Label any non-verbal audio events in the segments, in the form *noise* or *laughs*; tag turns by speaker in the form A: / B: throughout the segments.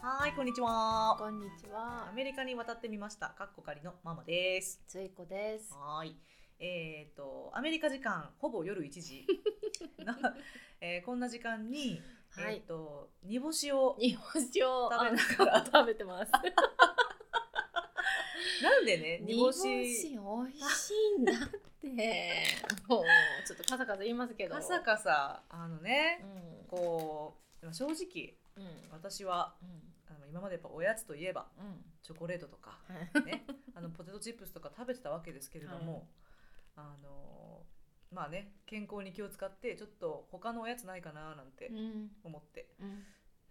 A: はい、こんにちは。
B: こんにち
A: ア
B: は。
A: メリカに渡ってみました。かっこかりのママです。
B: ついこです。
A: はい。えっ、と、アメリカ時間ほぼ夜1時
B: *laughs*
A: の、えーこんな時間に、
B: は
A: えっ、
B: い。
A: と、煮干しを
B: 日本酒を
A: 食べなが
B: あ
A: ら、
B: 食べてます。
A: なんでね、煮
B: *laughs* 日
A: 干
B: 本
A: し
B: 酒美味しいんだ *laughs* って。もうちょっとカサカサ言いますけど。
A: まさかさ、あの
B: う
A: ね、
B: ん。
A: こう、まあ正直、
B: うん。
A: 私は、
B: うん。
A: あの今までやっぱおやつといえば、
B: うん。
A: チョコレートとか、
B: はい。
A: ね、あのポテトチップスとか食べてたわけですけれども、あのまあね健康に気を使ってちょっと他のおやつないかななんて
B: うん。
A: 思って、
B: うん。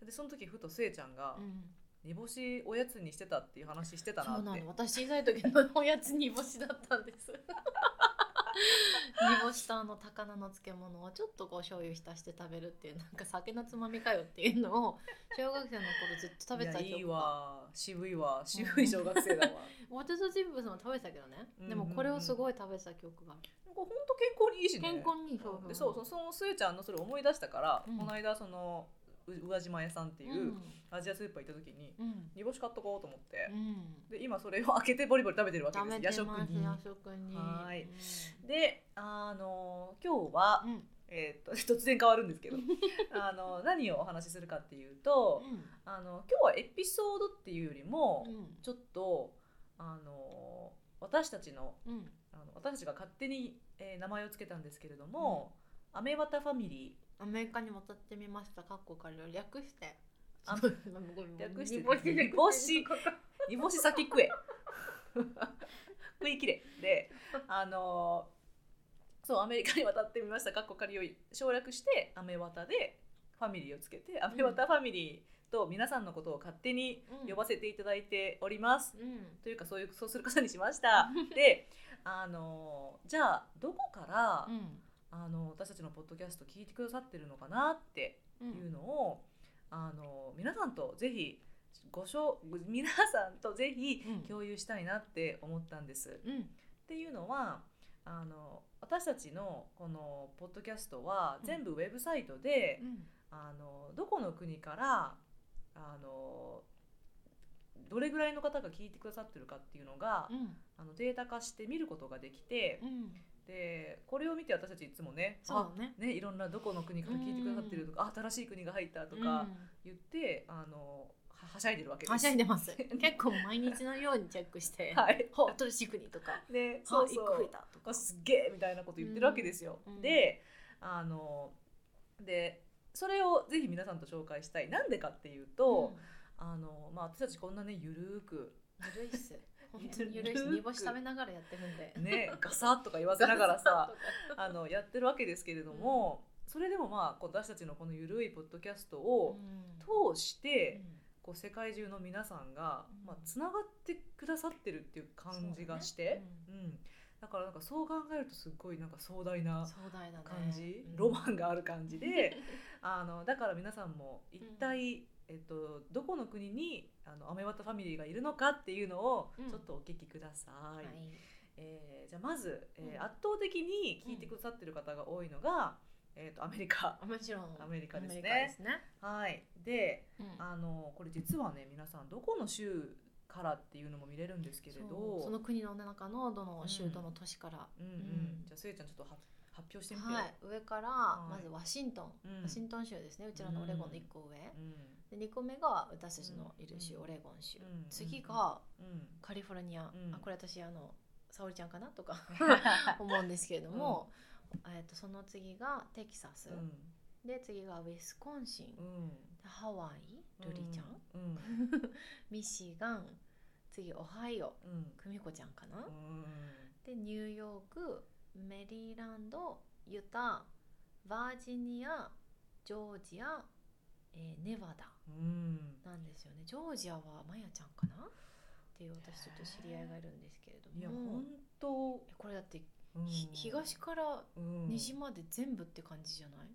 A: でその時ふとせいちゃんが
B: うん。
A: 煮干しおやつにしてたっていう話してた
B: そ
A: な
B: う
A: っ
B: な
A: て
B: の。私小さい時のおやつ煮干しだったんです。煮干しとあの高菜の漬物をちょっとこう醤油浸して食べるっていうなんか酒のつまみかよっていうのを小学生の頃ずっと食べてた
A: いやいい
B: 記憶が
A: わ渋いわ渋い小学生だわ、
B: ポテトチップスも食べてたけどね、
A: うん
B: でもこれをすごい食べてた記憶がある、
A: なんかほんと健康にいいしね
B: 健康にいい
A: うんでそうそうそのすーちゃんのそれ思い出したから、
B: うん
A: この間そのう宇和島屋さんってい
B: うん
A: うアジアスーパー行った時に
B: うん
A: 煮干し買っとこうと思って、
B: うん
A: で今それを開けてボリボリ食べてるわけ
B: 食べて
A: で
B: ますす
A: 夜食に。
B: 夜食に
A: はい
B: うん
A: であの今日は、
B: うん
A: えーっと突然変わるんですけ
B: *laughs*
A: どあの何をお話しするかっていうとあの今日はエピソードっていうよりも、
B: うん
A: ちょっとあの私たちの
B: うん
A: あの私たちが勝手に、えー名前をつけたんですけれども、アメワタファミリ
B: アメリカに渡ってみました。カッコカリを略して。
A: あ
B: ごめんごめん
A: 略して
B: 煮干しで
A: 煮干しー煮干し先食え *laughs* 食いきれであのそうアメリカに渡ってみましたかっこ仮を省略してアメワタでファミリーをつけてアメワタファミリーと皆さんのことを勝手に呼ばせていただいております、
B: うん。
A: というかそういうそうすることにしましたであのじゃあどこから、
B: うん。
A: あの私たちのポッドキャスト聞いてくださってるのかなって
B: う。
A: いうんのを、あの皆さんとぜひごしょう皆さんとぜひ
B: うん
A: 共有したいなって思ったんです。っ
B: うん。
A: ていうのはあの私たちのこのポッドキャストは
B: うん
A: 全部ウェブサイトで、
B: うん。
A: あのどこの国からあのどれぐらいの方が聞いてくださってるかっていうのが、
B: うん。
A: あのデータ化して見ることができて、
B: うん。
A: でこれを見て私たちいつもね
B: そうだね。
A: ね、いろんなどこの国から聞いてくださってるとか、あ新しい国が入ったとか言って、あのははしゃいでるわけ
B: うん。
A: です。
B: はしゃい
A: *laughs*
B: でます。結構毎日のようにチェックして。
A: はい、
B: ほう、新しい国とか。
A: ね、
B: そ、
A: そうう
B: 一
A: そ
B: 個増え
A: う
B: たと
A: あ
B: か。
A: すっげえみたいなこと言ってるわけですよ。
B: うんうん
A: であのでそれをぜひ皆さんと紹介したいなんでかっていうと、あのまあ、私たちこんなねゆるーく、
B: ゆるいっす。本当にゆる
A: ゆ
B: いっ
A: る
B: す。
A: く
B: 煮干し食べながらやってるんで。
A: ね、 *laughs* ガサッとか言わせながらさあのやってるわけですけれども、それでもまあこう私たちのこのゆるいポッドキャスト
B: う
A: を
B: ん。
A: 通して、
B: うん
A: こう世界中の皆さんが
B: うん
A: まあつな、がってくださってるっていう感じがして、うんだからなんかそう考えるとすっごいなんか壮大な
B: 壮大だね。
A: 感じ、
B: うん
A: ロマンがある感じ
B: *laughs*
A: であのだから皆さんも一体、えっと、どこの国にあのアメワタファミリーがいるのかっていうのを
B: うん
A: ちょっとお聞きください。
B: はい。
A: えーじゃあまず、えー
B: うん
A: 圧倒的に聞いてくださってる方が多いのが、えっとアメリカ。
B: もちろん
A: アメリカですね
B: アメリカですね
A: はい、で
B: うん
A: あのこれ実はね皆さんどこの州からっていうのも見れるんですけれ
B: そう
A: ど
B: その国の中のどの州どの都市から、
A: うんうん
B: うん
A: じゃあせいちゃんちょっと発発表してみて、
B: はい上から
A: い
B: まずワシントン、
A: うん
B: ワシントン州ですねうちらのオレゴンの1個上、
A: うん
B: で2個目が私たちのいる州、
A: うん
B: オレゴン州、
A: うん
B: 次が
A: うん、
B: カリフォルニア、
A: うん
B: あこれ私あの沙織ちゃんかな
A: *laughs*
B: とか思うんですけれども、えっとその次がテキサス、
A: う
B: で次がウィスコンシン、
A: んうん、
B: ハワイルリちゃん、
A: うん、うん
B: ミシガン次オハイオ
A: うん
B: 久美子ちゃんかな、
A: うん
B: でニューヨークメリーランドユタバージニアジョージア、えーネバダ
A: うん
B: なんですよねジョージアはマヤちゃんかなっていう私ちょっと知り合いがいるんですけれど
A: いや
B: も
A: 本当、
B: えこれだって
A: うん
B: ひ、東から
A: うん
B: 西まで全部って感じじゃない、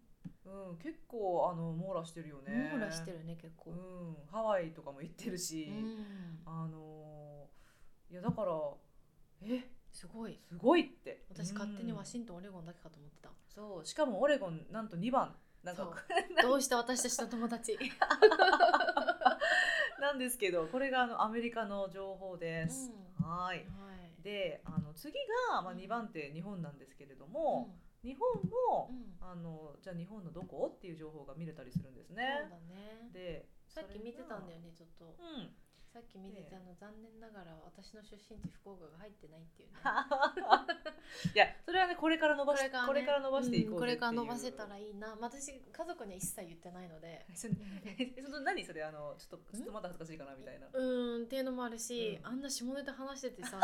A: うん、結構あの網羅してるよね
B: 網羅して、るね結構、
A: う
B: うん
A: ん、ハワイとかも行ってるし、あのーいやだからえ
B: すごい
A: すごいって
B: 私勝手にワ
A: ン
B: シントンオレゴンだけかと思
A: *laughs*
B: ってた
A: そうしかもオレゴンなんと2番なんか *laughs*
B: そうどうして私たちの友達
A: なんですけどこれがあのアメリカの情報です。
B: う
A: はーい
B: はい
A: であの次が、まあ、
B: うん
A: 2番手日本なんですけれど
B: うん
A: も、日本も、
B: うん
A: あのじゃあ日本のどこっていう情報が見れたりするんですね。
B: そうだね
A: で
B: さっき見てたんだ
A: よ。
B: よねちょっと
A: うん *laughs*
B: さっき見てて
A: で
B: あの残念ながら私の出身地福岡が入ってないっていうね
A: いやそれはねこれから伸ばしこれ,、
B: ね
A: から伸ばしていこうぜっていう、
B: んこれから伸ばせたらいいなまあ私家族には一切言ってないので
A: *laughs* そのえその何それあのちょっとちょっとまだ恥ずかしいかなみたいな。
B: うーんっていうのもあるし、
A: うん
B: あんな下ネタ話してて
A: *laughs*
B: さ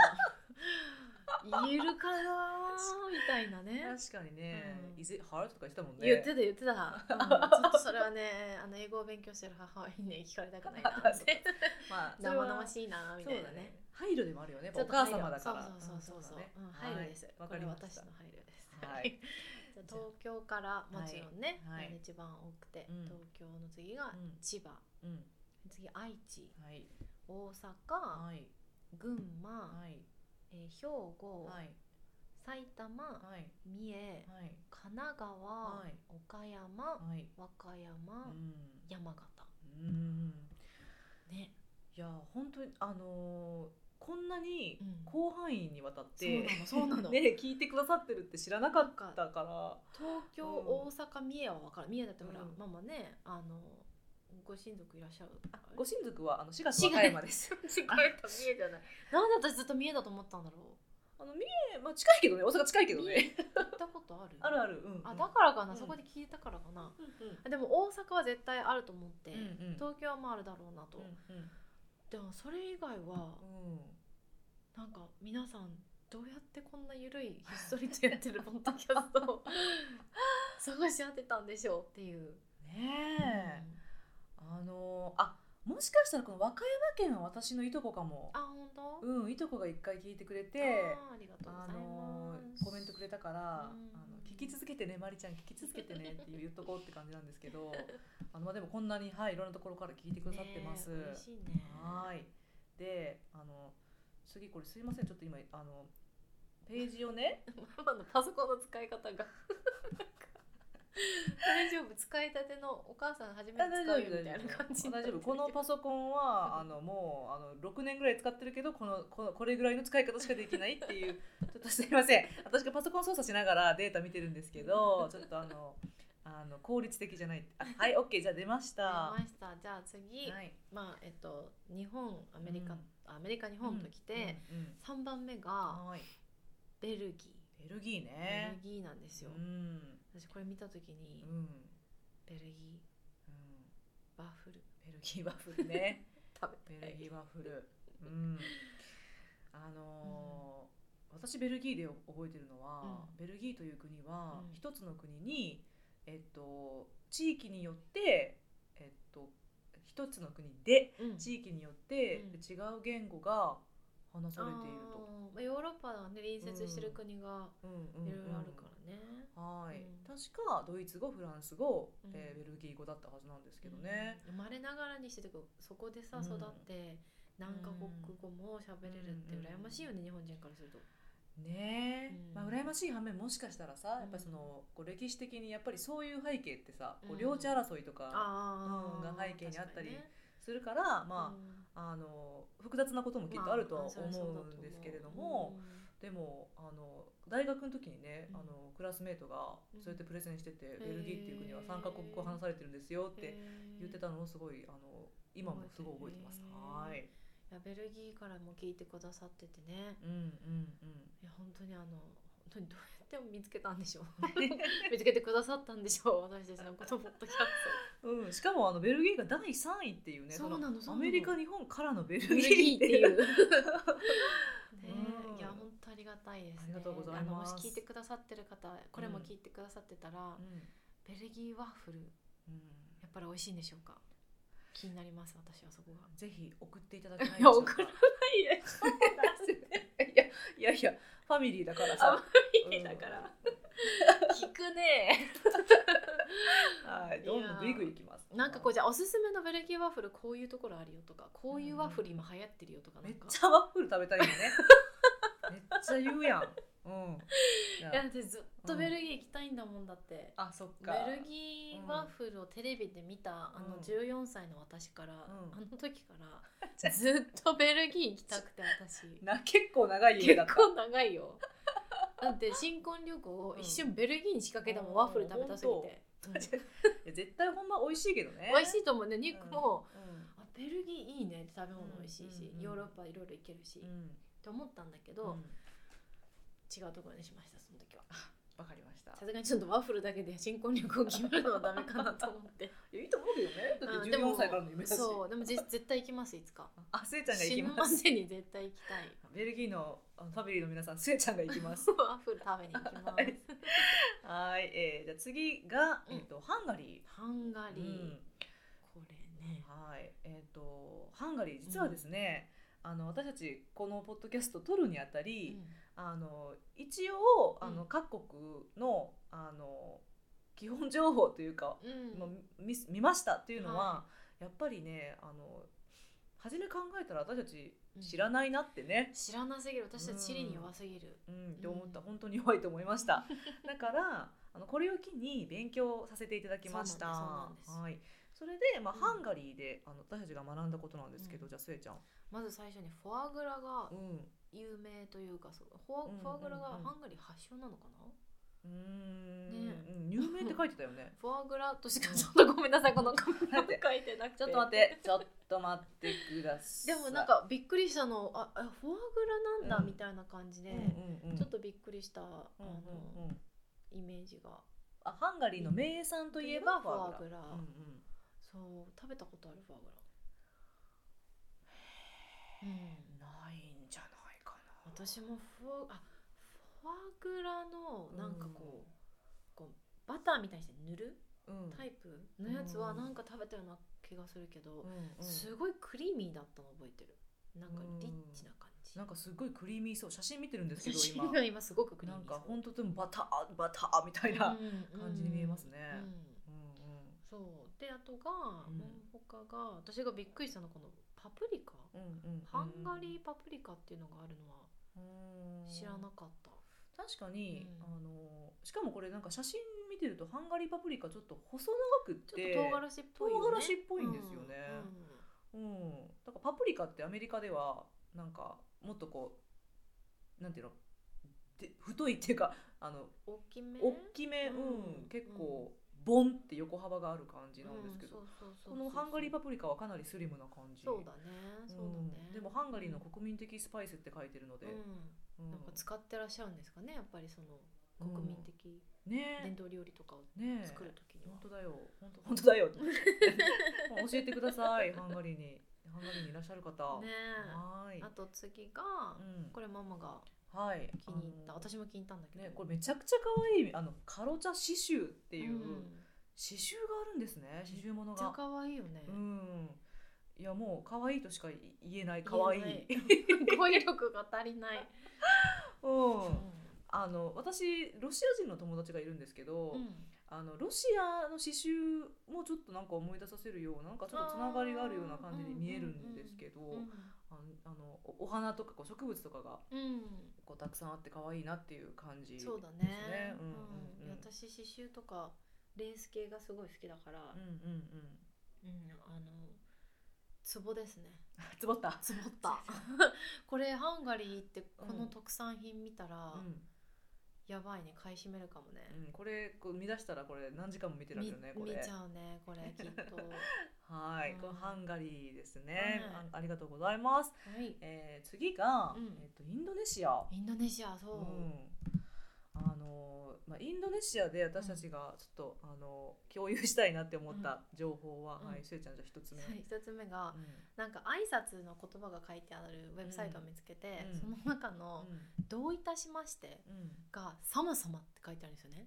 B: 言えるかなーみたいなね
A: 確かにね、
B: うん
A: いぜハートとか言ってたもんね。
B: 言ってた言ってた、うんちょっとそれはねあの英語を勉強してる母親にね聞かれたくないな
A: *laughs*
B: ーって
A: まあそれは
B: 生々しいなーみたいな
A: そうだ
B: ね。
A: 配慮でもあるよね。
B: ちょ
A: お
B: っと配
A: 母
B: 慮
A: 様だから。
B: そうそうそうそう、うん
A: ん
B: 配慮です
A: わ
B: こ
A: か
B: れ
A: りまし
B: 私
A: た
B: の。配慮です
A: はい。
B: *laughs* じゃあ東京からもちろんね、
A: はいはい
B: 一番多くて、
A: うん
B: 東京の次が
A: うん
B: 千葉、
A: うん。
B: 次愛知
A: はい。
B: 大阪、
A: はい。
B: 群馬、
A: はい。
B: えー兵庫、
A: はい。
B: 埼玉、
A: はい。
B: 三重、
A: はい。
B: 神奈川、
A: はい
B: 岡山、
A: はい。
B: 和歌
A: う
B: 山、
A: ん。
B: 山形
A: うん。
B: ね、
A: いや本当にあのーこんなに
B: うん
A: 広範囲にわたって、
B: そうなのそうなの
A: *laughs* ね聞いてくださってるって知らなかったから。
B: 東京、
A: うん
B: 大阪三重は分からん三重だってほら、
A: うん
B: ママねあのご親族いらっしゃる
A: ご親族はあの滋賀と和歌山です。
B: *laughs* 違った三重じゃないなんで私ずっと三重だと思ったん
A: *laughs*
B: だろ
A: あの三重まあ近いけどね大阪近いけ
B: う
A: ど
B: 三
A: ね。
B: 重行ったことある
A: あるある。うん、うん。
B: あだからかな、
A: うん
B: そこで聞いたからかな
A: うんうん。
B: あでも大阪は絶対あると思って、
A: うんうん
B: 東京はまああるだろうなと、
A: うんうん
B: でもそれ以外は
A: うん
B: なんか皆さんどうやってこんなゆるいひっそりとやってるポッドキャス
A: *laughs*
B: トを探し当てたんでしょうっていう、
A: ねえ、あのあもしかしたらこの和歌山県は私のいとこかも
B: あ本当、あ
A: うんいとこが一回聞いてくれて
B: ーありがとう
A: あ
B: ござい
A: の
B: ます
A: コメントくれたから、
B: うん
A: あの聞き続けてねまりちゃん聞き続けてねって言っとこうって感じなんですけ
B: *laughs*
A: どあのまあでもこんなにはいいろんなところから聞いてくださってます、
B: ねえ嬉しいね
A: はーいであの次これすいませんちょっと今あのページをね
B: ママのパソコンの使い方がなんか大丈夫使いたてのお母さん初めて
A: あ大丈
B: 使
A: 夫
B: うよみたいな感じになっ
A: 大
B: て
A: 丈
B: る
A: 夫このパソコン
B: *laughs*
A: はあのもうあの6年ぐらい使ってるけどこのこのこれぐらいの使い方しかできないっていう *laughs* ちょっとすいません私がパソコン操作しながらデータ見てるんですけ
B: *laughs*
A: どちょっとあのあの効率的じゃないあはい OK じゃあ出ました
B: わかりましたじゃあ次、
A: はい
B: まあえっと日本アメリカ、
A: うん
B: アメリカ日本ときて、、
A: うんうんうん
B: 三番目が
A: はい
B: ベルギ
A: ベルギー
B: ー、ベ
A: ね
B: ルギーなんですよ、
A: うん
B: 私これ見たときに、
A: うんうん
B: ベルギーワッフル
A: ベルギーワッフルね
B: 食べ
A: ベ
B: た
A: ル
B: い
A: ギーワッフルうんあのー私ベルギーで覚えてるのは、ベルギーという国は
B: うん
A: 一つの国に、えっと、地域によって、えっと、一つの国で
B: うん
A: 地域によって
B: うん
A: 違う言語が話されていると。
B: あーまあヨーロッパはね隣接してる国が
A: うん
B: い
A: うん
B: ろい
A: うん
B: ろあるからね、
A: はい、
B: うん
A: 確かドイツ語フランス語、えー
B: う
A: ベ
B: ん
A: ルギー語だったはずなんですけどね。
B: うん生まれながらにしててそこでさ
A: うん
B: 育って、何カ国語も喋れるって
A: うん
B: 羨ましいよね、日本人からすると。
A: ねえ、
B: うん
A: まあ羨ましい反面もしかしたらさ、やっぱりそのこう歴史的にやっぱりそういう背景ってさ、こう領地争いとか
B: あー
A: うんが背景にあったり
B: 確
A: するから、
B: か
A: ま
B: にね
A: ああの複雑なことも
B: うん
A: きっとあるとは
B: ま
A: 思
B: あそりゃそうだと思
A: うんですけれども、でもあの大学の時にね、
B: うん
A: あのクラスメートがそうやってプレゼンしてて、ベルギーっていう国は3カ国語話されてるんですよっ
B: うん
A: て言ってたのをすごいあの今もすごい覚えてます。
B: へー
A: はい、
B: いやベルギーからも聞いてくださっててね
A: うんうんうん。
B: *laughs* いや本当にあの本当にどうやって見つけたんでしょう *laughs* 見つけてくださったんでしょう私たちのことポッドキャス
A: うん、しかもあのベルギーが第3位っていうね
B: そうなのそうなの
A: アメリカ日本からのベル
B: トベルギ
A: ギー
B: ー
A: っ
B: ってて
A: い
B: いううねえ、
A: うん
B: いや本当ありがたいですね
A: ありがとうございます
B: あのもし聞いてくださってる方これも聞いてくださってたら、ベルギーワッフル
A: うん
B: やっぱり美味しいんでしょうか気になります私はそこが
A: ぜひ送っていただけない
B: いや送ら
A: い
B: いや
A: や *laughs* いやいやファミリーだからさ
B: だから聞くね
A: はいどんどんグイグイいきます
B: なんかこうじゃあおすすめのベルギーワッフルこういうところあるよとかこういうワッフル今流行ってるよとかな
A: め
B: ん
A: っ
B: か、 *laughs*
A: ちゃワッフル食べたいよねめっちゃ言うやんうんじゃ
B: いや
A: あ
B: だってずっとベルギー行きたいんだもんだって、
A: あそっか
B: ベルギーワッフルをテレビで見た、あ
A: うん
B: の14歳の私から、
A: ん
B: あの時から
A: *laughs*
B: ずっとベルギー行きたくて私
A: な結構長い夢
B: 結
A: だった
B: 構長
A: *laughs*
B: いよだって新婚旅行を一瞬ベルギーに仕掛けたもん、
A: うん
B: ワッフル食べたすぎて、
A: いや絶対ほんま美味しいけどね
B: うん美味しいと思うね肉も、
A: う
B: あベルギーいいね食べ物美味しいし、
A: うんうん
B: ヨーロッパいろいろ行けるし、
A: んう
B: っ
A: ん
B: て思ったんだけ
A: う
B: ど、
A: ん
B: 違うところにしましたその時は
A: わかりました
B: さすがにちょっとワッフルだけで新婚旅行決め
A: *laughs*
B: るのはダメかなと思って
A: いやいいと思うけどねだっ
B: うん
A: て
B: でも
A: 14歳からの夢だし
B: そうでもぜ *laughs* 絶対行きますいつか
A: あスエちゃんが行
B: 死
A: き
B: ぬ
A: ま
B: ますでに絶対行きたい
A: ベルギーのあのファミリーの皆さんスエちゃんが行き
B: *laughs*
A: ます
B: ワッフル食べに行きま
A: はい
B: す
A: はい、えー、じゃあ次が、
B: うん
A: えっとハンガリ
B: ハンガ
A: ー、
B: リー、
A: うん
B: これね
A: はい、えっ、とハンガリー実はですね、あの私たちこのポッドキャスト撮るにあたり、あの一応あの、
B: うん
A: 各国のあの基本情報というか、
B: うん、うん
A: まあ見見ましたっていうのは、
B: は
A: やっぱりねあの初め考えたら私たち
B: うん
A: 知らないなってね、
B: 知らなすぎる私たち地理に弱すぎる、
A: うんって思った
B: うん
A: 本当に弱いと思いま
B: *laughs*
A: した。だからあのこれを機に勉強させていただきました。
B: そうなんですそうなん
A: はい。それでまあ、
B: うん
A: ハンガリーであの私たちが学んだことなんですけど、
B: うん
A: じゃあスエちゃん。
B: まず最初にフォアグラが
A: うん。
B: 有名というかそうフォア
A: うんうんうん
B: フォアグラがハンガリー発祥なのかな、
A: うーん
B: ね。
A: うん有名って書いてたよね
B: *laughs* フォアグラとしかちょっとごめんなさいこの画面
A: だって
B: 書いてなくて
A: ちょっと待って、ちょっと待ってくださ
B: で
A: い。
B: もなん、かびっくりしたのああフォアグラなん
A: う
B: だ
A: ん
B: みたいな感じで、
A: うんうんうん、
B: ちょっとびっくりした、
A: うん
B: あの
A: うんうん、
B: イメージが
A: あハンガリーの名産といえば
B: うん
A: フォアグラ。
B: フォアグラ
A: うんうん
B: そう食べたことあるフォアグラうん
A: ないんじゃないかな。
B: 私もフォアあフォアグラのなんかこう,、こうバターみたいにして塗る
A: うん
B: タイプのやつは
A: うん
B: なんか食べたような気がするけど
A: う、んうん
B: すごいクリーミーだったの覚えてるなんかリッチな感じ、 *laughs*
A: なんかすごいクリーミーそう写真見てるんですけ
B: 写
A: ど
B: 真
A: 今
B: が今すごくクリー
A: な
B: ミ
A: ん
B: ー
A: か本当でもバターバターみたいな感じに見えますね。
B: うんうんうん
A: うん
B: そうであとが、
A: うん
B: もう他が私がびっくりしたのはこのパプリカ、
A: うんうんうん
B: ハンガリーパプリカっていうのがあるのは
A: うん
B: 知らなかった、
A: 確かに、
B: うん
A: あのしかもこれなんか写真見てるとハンガリーパプリカちょっと細長くっ
B: ちょ
A: て
B: っと唐辛子っぽいよね
A: 唐辛子っぽいんですよねうん、だからパプリカってアメリカではなんかもっとこうなんていうので太いっていうかあの
B: うん大きめ
A: 大きめ、うん
B: うん
A: 結構ボンって横幅がある感じなんですけど、
B: うんそうそうそうそう
A: このハンガリーパプリカはかなりスリムな感じ
B: そうだねそうだね、
A: んでもハンガリーの国民的スパイスって書いてるので、
B: う
A: うん
B: ん、なんか使ってらっしゃるんですかねやっぱりその国民的伝
A: ね
B: 統料理とかを
A: えねえ
B: 作る時には
A: 本、当だよ本当本当だよ *laughs* もう教えてくださいハンガリーにハンガリーにいらっしゃる方、
B: ね
A: はーい
B: えあと次が、
A: うん
B: これママが
A: はい
B: 気に入った
A: あの
B: 私も気に入ったんだけど
A: ねこれめちゃくちゃ可愛いあのカロチャ刺繍っていう、
B: ん
A: 刺繍があるんですね刺繍もの
B: めっちゃ
A: が
B: 可愛いよね
A: う。んいやもう可愛いとしか言えない可愛い
B: 言語彙力が足りない。
A: うんあの私ロシア人の友達がいるんですけど、あのロシアの刺繍もちょっとなんか思い出させるようななんかちょっとつながりがあるような感じに見えるんですけど、あのあのおお花とかこう植物とかが
B: うんうん
A: こうたくさんあって可愛いなっていう感じ
B: そうだ
A: です
B: ね。
A: うん
B: う
A: う
B: ん
A: んうん
B: 私刺繍とかレース系がすごい好きだから、
A: うんうん *laughs* うん
B: うんあのツボですね。
A: つぼった、
B: ツボった。これハンガリー行ってこの特産品見たら、
A: う
B: やばいね買い占めるかもね。
A: んうん、これこう見出したらこれ何時間も見てられるよねこ
B: み
A: れ
B: 見ちゃうねこれきっと。
A: はい、
B: うん
A: これハンガリーですね、
B: はい
A: あありがとうございます、
B: はい。
A: えー、次が、
B: うん
A: えっとインドネシア
B: インドネシアそう。
A: うんあのまあ、インドネシアで私たちがちょっと、あの共有したいなって思った情報は、
B: うん
A: はい、せいちゃんじゃあ一つ目、
B: はい一つ目が、
A: うん
B: なんか挨拶の言葉が書いてあるウェブサイトを見つけて、
A: うん
B: その中の「どういたしまして
A: うんうん」
B: が「様様」って書いてあるんですよ *laughs* ね。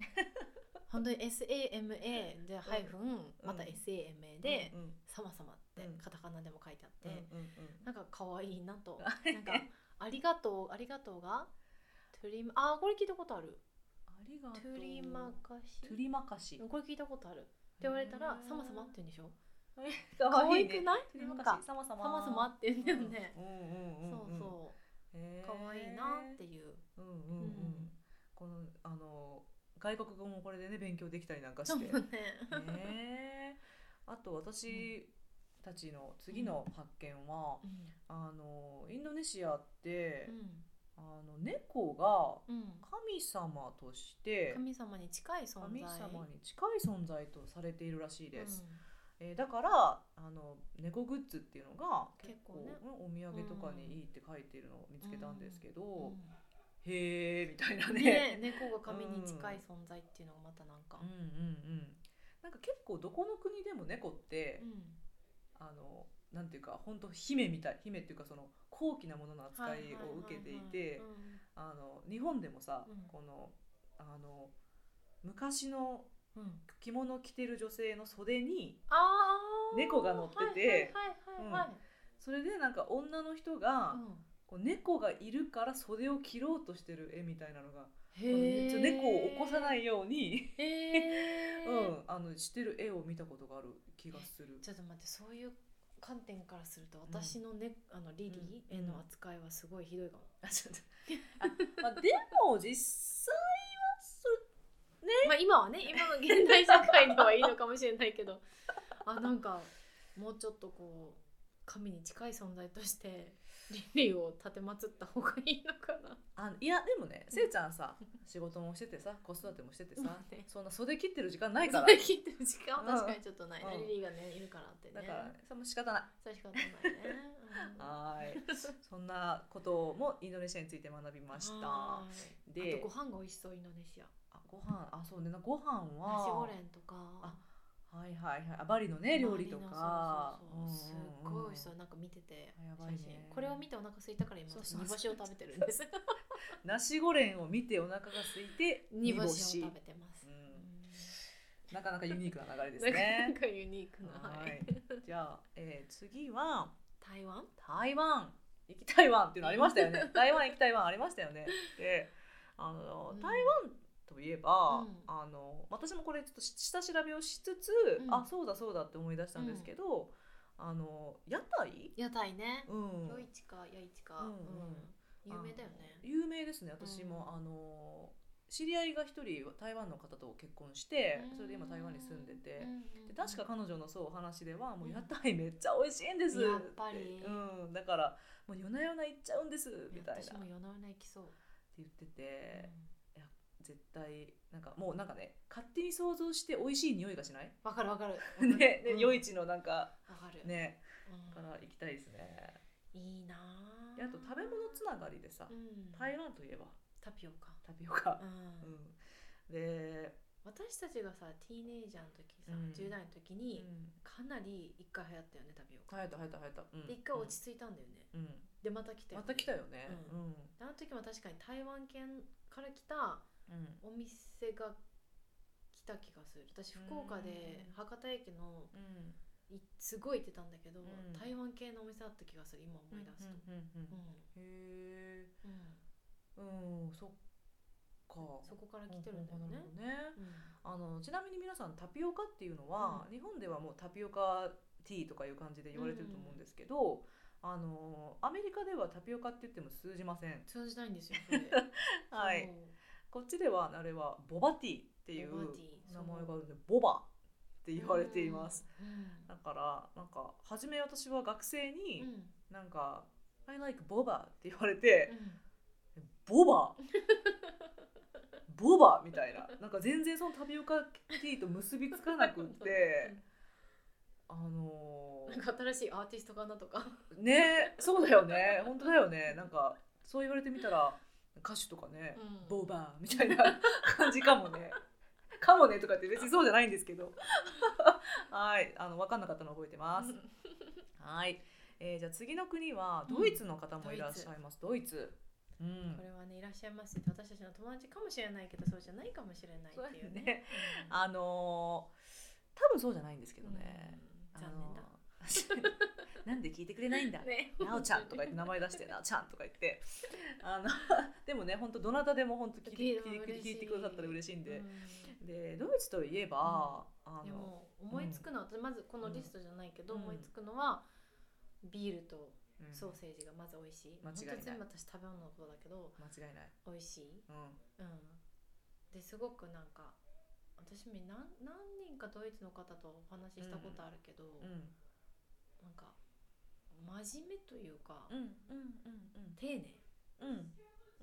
B: 本当に SAMA でハイフンまた SAMA で
A: うん
B: 「様様」ってカタカナでも書いてあって、
A: うんうんうん
B: なんか可愛いな *laughs* となんか「ありがとう」「ありがとうが」トゥリマあーこれ聞いたことある
A: ありが
B: 「ト
A: とう
B: ゥリマ
A: ト
B: カ
A: ゥ
B: シ
A: リマカシ」
B: これ聞いたことあるって言われたら「
A: へー
B: 様様」って言うんでしょ
A: か
B: 可
A: わい
B: 愛
A: い
B: く
A: ね
B: ない
A: トゥリ
B: な
A: マ
B: ん
A: カ
B: か
A: シ様
B: 「
A: 様
B: 様様」って言うんだよね、
A: うんうんうんうん
B: そうそう
A: へー
B: 可愛いなっていう、
A: うんうんうん
B: うん
A: このあの外国語もこれでね勉強できたりなんか
B: そう
A: して
B: ね。
A: ねえ *laughs* あと私たちの次の発見は、
B: うん
A: あのインドネシアって、
B: う
A: あの猫が
B: んうん
A: 神様として
B: 神様に近い存在。
A: 神様に近い存在とされているらしいです、
B: うん
A: えーだからあの猫グッズっていうのが結
B: 結
A: 構
B: 構ね
A: うんお土産とかにいいって書いてるのを見つけたんですけど、
B: う
A: へえみたいなんね
B: ね、猫が神に近い存在っていうのがまたなんか
A: うん。うんうんなんか結構どこの国でも猫って、
B: うん
A: あのなんていうか本当姫みたい姫っていうかその高貴なものの扱いを受けていて
B: ははは
A: あの日本でもさ、
B: うん
A: このあの昔の
B: いはいうんうん
A: 着物着てる女性の袖に
B: あー
A: 猫が乗ってて
B: はいはいはいはい
A: それでなんか女の人が、
B: はい
A: こう猫がいるから袖を切ろうとしてる絵みたいなのが、
B: うん
A: こう猫を起こさない
B: よ。
A: ように、
B: へえ
A: うん、あのしてる絵を見たことがある気がす *laughs* る。
B: ちょっと待ってそういう観点からすると私のね、あのリリーへの扱いはすごいひどいかも。
A: あちょっとあまあ、でも実際はそ
B: まあ今は
A: *laughs*
B: ね今の現代社会ではいいのかもしれないけどあなんかもうちょっとこう神に近い存在としてリリーを立てまつった方がいいのかな。
A: あいやでもねせいちゃんさ仕事もしててさ子育ても
B: *laughs*
A: しててさ
B: まあね
A: そんな袖切ってる時間ないから
B: *laughs* それ聞いてる時間は確かにちょっとない、ね
A: うん
B: リリーがねいるからってね。
A: だからさもう仕方ない
B: それしかないね。
A: *laughs*
B: うん
A: はーいそんなこともインドネシアについて学びました
B: はーい
A: で
B: あとご飯が美味しそうインドネシア。
A: あご飯あそうねなご飯
B: ナシゴ
A: は
B: レンとか。
A: あはいはいはいあバリのね料理とか
B: 周りのそうそうそうすっごい美味しそう
A: う
B: うん
A: ん
B: なんか見てて
A: あやばいね
B: 写真、これを見てお腹空いたから今
A: そう
B: 私
A: そう
B: 煮干しを食べてるんです
A: うんナシゴレンを見てお腹が空いて
B: 煮干し
A: 煮
B: を
A: 干
B: 食べてます、
A: うん
B: う
A: なかなかユニークな流れで
B: ん
A: す
B: な
A: ね
B: んかユニーク *laughs* な、
A: は
B: はいい、
A: じゃあ、えー次は
B: 台湾
A: 台湾行き台湾っていうのありましたよ
B: *laughs*
A: ね台湾行き台湾ありましたよねであの、
B: うん
A: 台湾といえば、
B: うん
A: あの私もこれちょっと下調べをしつつ、
B: うん
A: あそうだそうだって思い出したんですけど、あの屋台、
B: 屋台ね
A: うん、
B: 夜市か夜市か、
A: うん
B: うん有名だよね
A: 有名ですね私も、
B: うん
A: あの知り合いが一人台湾の方と結婚して
B: うん
A: それで今台湾に住んでて。
B: うんうん
A: で確か彼女のそうお話ではもううん屋台めっちゃ美味しいんですて、
B: やっぱり
A: うん、だからもう夜な夜な行っちゃうんですみたいなって
B: 私も夜な夜な行きそう、
A: 言ってて、絶対なんかもうなんかね勝手に想像して美味しい匂いがしない、
B: うんわかるわかる
A: ねね
B: うん
A: 夜市のなんか
B: わかる、
A: ね
B: うん
A: から行きたいですね
B: いいな
A: であと食べ物つながりでさ、
B: うん、
A: 台湾といえば
B: タピオカ、
A: タピオカ
B: う、ん
A: うん、で、
B: 私たちがさティーネイジャーの時さ、
A: うん
B: 10代の時
A: う
B: に、
A: ん、
B: かなり一回流行ったよねタピオカ
A: 生えた生えた生えた、うん、
B: で一回落ち着いたんだよね、
A: うん、
B: でまた来たよ、
A: ま
B: ね、
A: た来たよねう、
B: うん
A: うん
B: であの時も確かに台湾圏から来たお店が来た気がする私福岡で
A: うん
B: 博多駅の
A: うん
B: いすごい行ってたんだけど、
A: うん
B: 台湾系のお店あった気がする今思い出すと、
A: うんうんうん
B: うん
A: へえ
B: う
A: う
B: ん
A: んそっか
B: そこから来てるんだよね
A: な、るほどね
B: う
A: あ
B: ん
A: のちなみに皆さんタピオカっていうのは、
B: う
A: 日本ではもうタピオカティーとかいう感じで言われてると思うんですけど、あのアメリカではタピオカって言っても通じません、
B: 通じないんですよそれ
A: はい、こっちではあれはボバティーっていう
B: ボバティー
A: 名前があるんでボバって言われています、、
B: そううん
A: だからなんか初め私は学生に
B: うん
A: なんか「I like ボバ」って言われて、
B: うん
A: ボバボバみたいななんか全然そのタピオカティーと結びつかなくってあの
B: なんか新しいアーティストかなとか
A: ー、ねそうだよね本当だよねなんかそう言われてみたら歌手とかね、
B: うん
A: ボバみたいな感じかもねかもねとかって別にそうじゃないんですけどはいあの分かんなかったの覚えてますはい、えーじゃあ次の国はドイツの方もいらっしゃいます、ドイツうん
B: これはねいらっしゃいますって私たちの友達かもしれないけどそうじゃないかもしれないっていう
A: そうだ
B: ね
A: ね
B: うん
A: あのー多分そうじゃないんですけどね。
B: うん
A: あ
B: 残
A: の
B: 念だ、
A: ー *laughs* なんで聞いてくれないんだ。
B: ね
A: なおちゃんとか言って名前出してなおちゃんとか言ってあの *laughs* でもね本当どなたでも本当聞いて
B: *laughs* 聞
A: 聞
B: いて
A: い
B: も
A: て
B: 嬉しい
A: 聞いてくださったら嬉しいんで、
B: う
A: でドイツといえば、あ
B: んで
A: の
B: も思いつくのは、私まずこのリストじゃないけど、
A: うん
B: 思いつくのはビールと
A: うん
B: ソーセージがまず美味し
A: 間違
B: い、
A: いない
B: 本当全部私食べ物のことだけど
A: 間違いない、
B: 美味しい、
A: うん、
B: うん、ですごくなんか私も何何人かドイツの方とお話ししたことあるけど、
A: うん
B: なんか真面目というか、
A: うんうんうん
B: 丁寧
A: うんう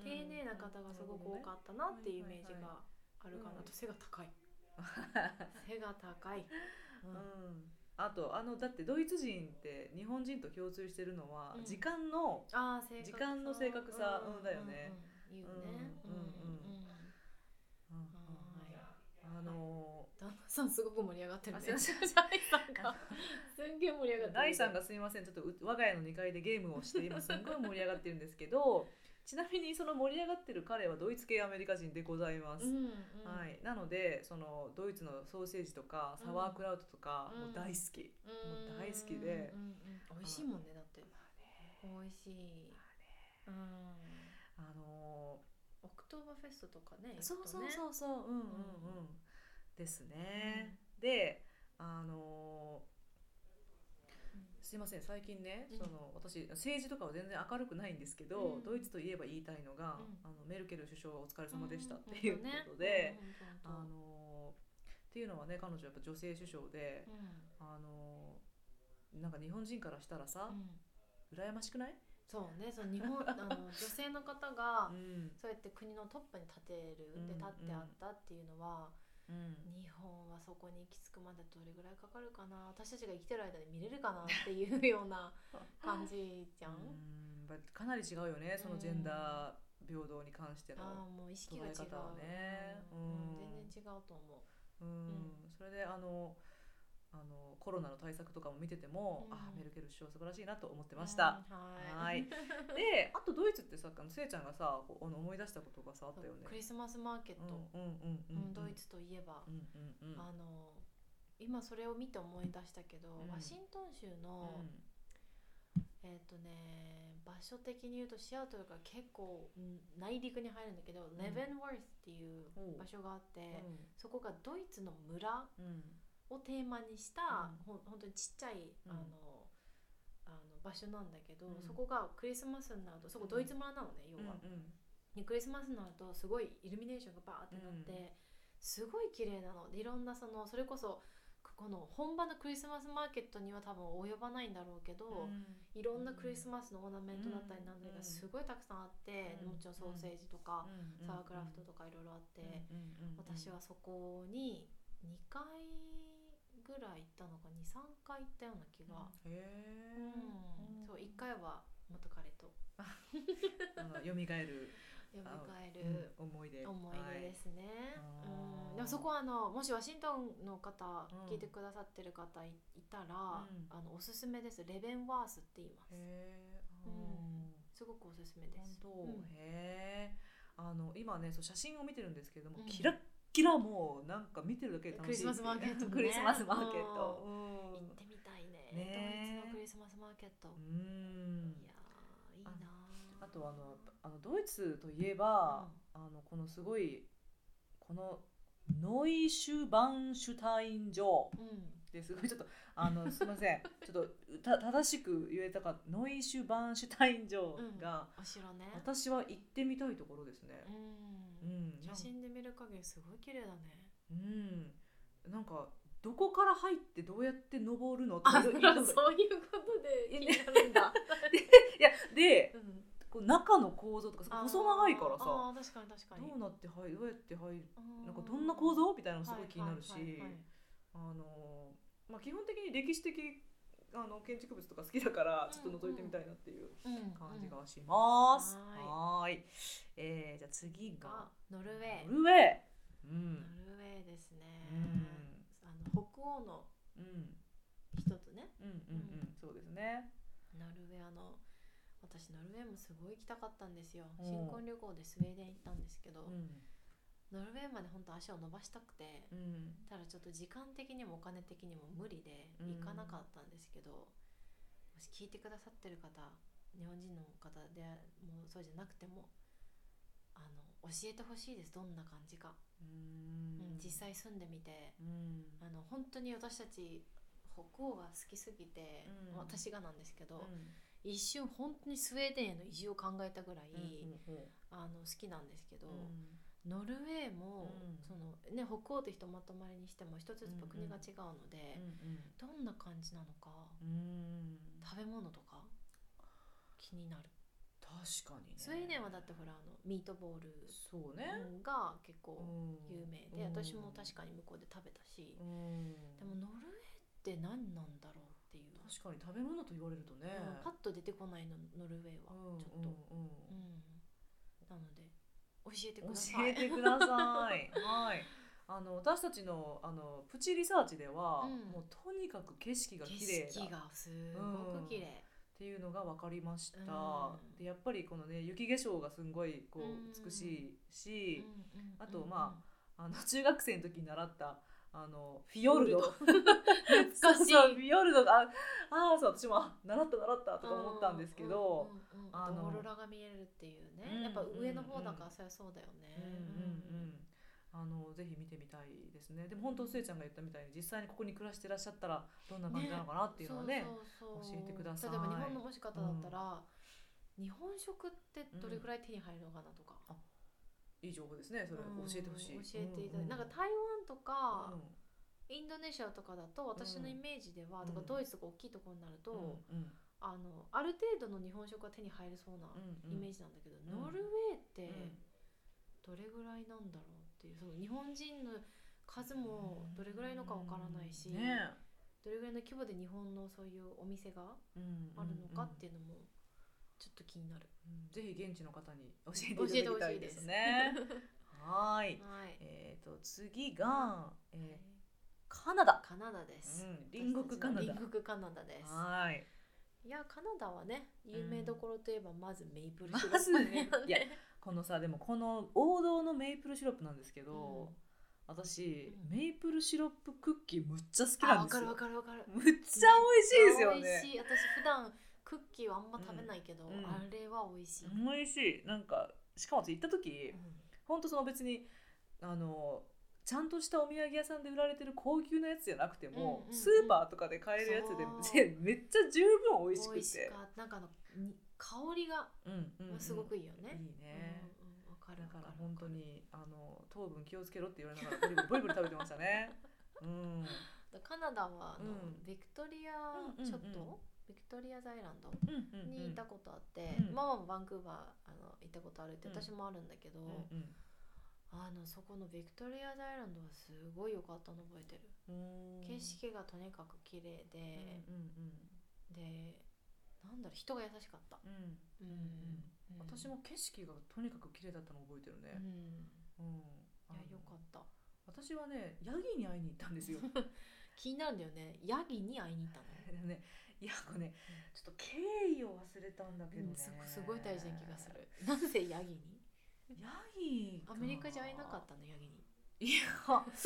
A: ん
B: 丁寧な方がすごく多かったなっていうイメージがあるか
A: うん
B: なと背が
A: *laughs*
B: 高い
A: った、
B: 背が高い、う
A: うん
B: ん
A: あとあのだってドイツ人って日本人と共通してるのは、
B: うん
A: 時間の
B: あー正確
A: 時
B: さ
A: 間の正確さうんだよね、
B: うんうん言うね
A: う
B: うんん
A: う
B: うんん
A: うん
B: は
A: あの
B: い旦那さんすごく盛り上がってる
A: あ
B: ね
A: すいません
B: すんげえ盛り上がってる
A: ダイさんがすいませんちょっとう我が家の2階でゲームをして今すんごい盛り上がってるんですけどちなみにその盛り上がってる彼はドイツ系アメリカ人でございます、
B: うんうん
A: はい、なのでそのドイツのソーセージとかサワークラウトとか、
B: うん
A: もう大好き、
B: うん
A: もう大好きで
B: うんうん美味しいもんねだって美味しいうん
A: あの
B: オクトーバーフェストとかね
A: ーそうそう
B: う
A: そうそう、うんうんうんですね、であのーすいません最近ね、
B: うん
A: その私政治とかは全然明るくないんですけど、
B: うん
A: ドイツといえば言いたいのが、
B: う
A: あのメルケル首相はお疲れ様でしたっていうことで、あのーっていうのはね彼女やっぱ女性首相で、あのーなんか日本人からしたらさ、羨ましくない、
B: そうねその日本あ
A: *laughs*
B: の女性の方
A: う
B: が
A: ん
B: そうやって国のトップに立て
A: う
B: る
A: ん
B: で立ってあったっていうのは
A: うん、
B: 日本はそこに行き着くまでどれぐらいかかるかな私たちが生きてる間に見れるかなっていうよ
A: *laughs*
B: うな感じじゃん。
A: うんやっぱりかなり違うよねそのジェンダー平等に関して
B: ああ
A: の、
B: もう意識が
A: 捉
B: 違う
A: え方はね
B: うん
A: うん
B: 全然違うと思
A: うんそれであのあのコロナの対策とかも見てても、
B: うん
A: ああメルケル首相素晴らしいなと思って
B: う。
A: ました、
B: うん
A: は
B: はいい。
A: であとドイツってさあのせいちゃんがさこうあの思い出したことがさあったよね
B: クリスマスマーケッ
A: うん
B: ト、
A: うんうんう
B: うん
A: う
B: ん
A: ん
B: ドイツといえば、
A: うんうんうん
B: あの今それを見て思い出したけど、
A: うん
B: ワシントン州の、えっ、とね場所的に言うとシアトルが結構うん内陸に入るんだけど、レベンワースっていう
A: おう
B: 場所があって、
A: うん
B: そこがドイツの村
A: うん
B: をテーマにした、
A: うん
B: ほん、本当にちっちゃい、
A: うん
B: あのあの場所なんだけど、
A: うん
B: そこがクリスマスになるとそこドイツ村なのね、
A: うん
B: 要は。
A: うん
B: でクリスマスになるとすごいイルミネーションがバーってなって、
A: うん
B: すごい綺麗なのでいろんなそのそれこそここの本場のクリスマスマーケットには多分及ばないんだろうけ
A: う
B: ど、
A: ん
B: いろんなクリスマスのオーナメントだったりなんだり
A: うん
B: がすごいたくさんあって、
A: うん
B: もちろんソーセージと
A: う
B: か、
A: ん
B: サワークラフトとかいろいろあって、
A: うんうんうん
B: 私はそこに2回ぐらい行ったのか23回行ったような気が、
A: へえ
B: うんそう1回は元彼と
A: あの蘇る
B: 蘇
A: うん
B: る。
A: 思い出
B: 思い出ですね、
A: はいあー
B: うん、でもそこはあのもしワシントンの方
A: うん
B: 聞いてくださってる方いいたら、
A: ん
B: あのおすすめですレベンワースって言いま
A: はい
B: す
A: へえ
B: うんすごくおすすめで
A: 本
B: す
A: 当、
B: うん
A: へえあの今ねそう写真を見てるんですけれども、
B: うん
A: キラッキラもうなんか見てるだけで楽しいっていう
B: クリスマスマーケットね
A: クリスマスマーケット
B: 行ってみたいね
A: ね
B: ドイツのクリスマスマーケット、
A: うんうん
B: いやーいいなー
A: あとあのあのドイツといえば、あのこのすごいこのノイシュバンシュタイン城
B: うん
A: です *laughs* ごいちょっとあのすみま
B: *laughs*
A: せんちょっとた正しく言えたかノイシュバンシュタイン城
B: うん
A: が、
B: お城ね
A: 私は行ってみたいところですね
B: う。
A: うんん、
B: 写真で見る限りすごい綺麗だね
A: うん、なんかどこから入ってどうやって登るのって
B: あ
A: い
B: そう
A: ろ
B: いう
A: い
B: こ
A: ろい
B: とで気になるん
A: *laughs*
B: だ、
A: やで
B: うん
A: こう中の構造とかさ細長いからさ
B: あー確かに確かに
A: どうなって入るどうやって入る
B: うん
A: なんかどんな構造みたいなのすごい気になるし
B: はいはいはいはい
A: あのーまあ基本的に歴史的あの建築物とか好きだからちょっと覗いてみたいなっていう
B: うん
A: 感じ
B: うん
A: がします。
B: うん
A: はーい。えー、じゃあ次が
B: がノルウェー
A: ノル
B: ノ
A: ウェー。う
B: ル
A: ん。
B: ウェーですね
A: うん
B: あの北欧の
A: うん
B: 人とね
A: うんうんうんそうですね。
B: ノルウェーあの私ノルウェーもすごい行きたかったんですよ
A: うん
B: 新婚旅行でスウェーデン行ったんですけど
A: うん
B: ノルウェーまで本当足を伸ばしたくて
A: うん
B: ただちょっと時間的にもお金的にも無理で
A: うん
B: 行かなかったんですけど、もし聞いてくださってる方日本人の方でもうそうじゃなくてもあの教えてほしいですどんな感じか、
A: う
B: うん
A: ん
B: 実際住んでみて
A: うん
B: あの本当に私たち北欧が好きすぎて、
A: うん
B: 私がなんですけど、
A: うん
B: 一瞬本当にスウェーデンへの移住を考えたぐらい、
A: うんうん
B: あの好きなんですけど、
A: うん
B: ノルウェーも、
A: うん
B: そのね、北欧ってひとまとまりにしても一つずつやっぱ国が違うの
A: う
B: で、
A: ん
B: どんな感じなのか
A: うん、うん
B: 食べ物とか気になる、
A: 確かにね
B: スウェーデンはだってほらあのミートボール
A: そうね、
B: が結構
A: うん
B: 有名で、私も確かに向こうで食べたし、
A: うん
B: でもノルウェーって何なんだろうっていう、
A: 確かに食べ物と言われるとね、
B: うんパッと出てこないのノルウェーは
A: うん
B: ちょっと、
A: うんうん
B: うんなので教えてく
A: 教
B: ださ
A: え
B: い
A: てく
B: *laughs*
A: ださいはいあの私たちのあのプチリサーチでは、
B: うん
A: もうとにかく景色が綺麗だ
B: 景色
A: っ
B: がすごく綺麗、
A: ていうのが分かりました、
B: うん
A: でやっぱりこのね雪化粧がすんごいこ
B: うん
A: う美しい
B: うん
A: し、
B: うんうん
A: あとまあの中学生の時に習ったあのフィヨルド
B: フィ
A: そう
B: 懐かしい
A: そうフィヨルドがああーそう私もあ習った習ったとか思ったんですけど、
B: うんうんうん
A: あ
B: あ
A: の
B: とオーロラが見えるっていうね、
A: うん
B: やっぱ上の方だか
A: うん
B: らそりゃそうだよね、
A: うんうんうんあのぜひ見てみたいですねでも本当せいちゃんが言ったみたいに実際にここに暮らしてらっしゃったらどんな感じなのかなっていうのはね
B: そうそうそう
A: 教えてください
B: 例えば日本のもし方だったら、日本食ってどれぐらい手に入るのかなとか、
A: いい情報ですねそれ
B: うん
A: 教えてほしい、
B: 教えていただいて、なんか台湾とか、インドネシアとかだと私のイメージでは、
A: うん
B: とかドイツが大きいところになると、
A: うんうん
B: あのある程度の日本食が手に入りそうな
A: うん
B: イメー
A: ジ
B: ジなんだけど、
A: ん
B: ノルウェーってどれぐらいなんだろうっていうその日本人の数もどれぐらいのかわからないし、
A: ね
B: どれぐらいの規模で日本のそういうお店が
A: うん
B: あるのかっていうのもちょっと気になる。
A: うんぜひ現地の方に教えていただきたいです
B: *laughs*
A: ねはーい
B: はい、
A: えっ、と次が、えー、カナダ、
B: カナダです。
A: うん、隣国カナダ
B: 隣国カナダです。
A: はーい
B: いやカナダはね有名どころといえばまずメイプル
A: ま
B: シロップ
A: ずねいやこのさでもこの王道のメイプルシロップなんですけど、私、
B: うん
A: メイプルシロップクッキーむっちゃ好き
B: あ
A: なん
B: わ
A: です
B: かる
A: よ
B: わかるわかる。
A: むっちゃ美味しいですよ
B: 美味
A: ね
B: しい。私普段クッキーはあんま食べないけど、
A: うんうん
B: あれは美味しい。うん
A: 美味しいなんかしかも私行った時ほんとその別にあのちゃんとしたお土産屋さんで売られてる高級なやつじゃなくても、
B: うんうんうん
A: スーパーとかで買えるやつで
B: そ
A: めっちゃ十分美味し
B: 美味
A: く
B: してかったなんかあのに香りが
A: うんうんうん
B: すごくいいよ
A: いい
B: ね。
A: ね、
B: うんうんわかる
A: だ
B: わ
A: か
B: からる。
A: 本当にあの糖分気をつけろって言われながらボリボリボリボリ食べてましたね。うん
B: カナダはあの、
A: うん
B: ビクトリア
A: うんうんうん
B: 諸島、ビクトリアズアイランドに行ったことあって、
A: うん
B: ママもバンクーバーあの行ったことあるって
A: うん
B: 私もあるんだけど、あのそこのビクトリアズアイランドはすごい良かったの覚えてる。景色がとにかく綺麗
A: うんうん
B: で、でなんだろう人が優しかった。
A: うんうん
B: う
A: ん
B: んうん
A: 私も景色がとにかく綺麗だったのを覚えてる
B: うん
A: ね。うん
B: い
A: あ
B: や
A: の
B: 良かった
A: 私はねヤギに会いに行ったんですよ。
B: 気になるんだよねヤギに会いに行ったの
A: でもねいやこれねちょっと敬意を忘れたんだけど
B: う
A: ね
B: ん。すごすごい大事な気がする。なぜヤギに
A: ヤギ。
B: アメリカじゃ会えなかったたのヤギに
A: いや *laughs*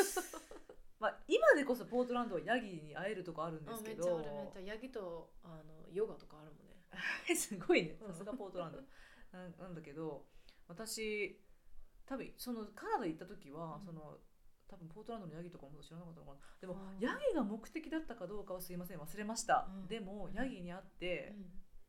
A: まあ今でこそポートランドはヤギに会えるとこあるんで
B: あ
A: す
B: め
A: け
B: っちゃ
A: ど
B: あるめっちゃヤギとあのヨガとかあるもんね
A: *laughs* すごいね
B: うん
A: さすがポートランドなんなんだけど私多分そのカナダ行った時は、
B: うん
A: その多分ポートランドのヤギとかも知らなかったのかなでも、
B: うん
A: ヤギが目的だったかどうかはすいません忘れました、
B: うん
A: でも
B: うん
A: ヤギに会って、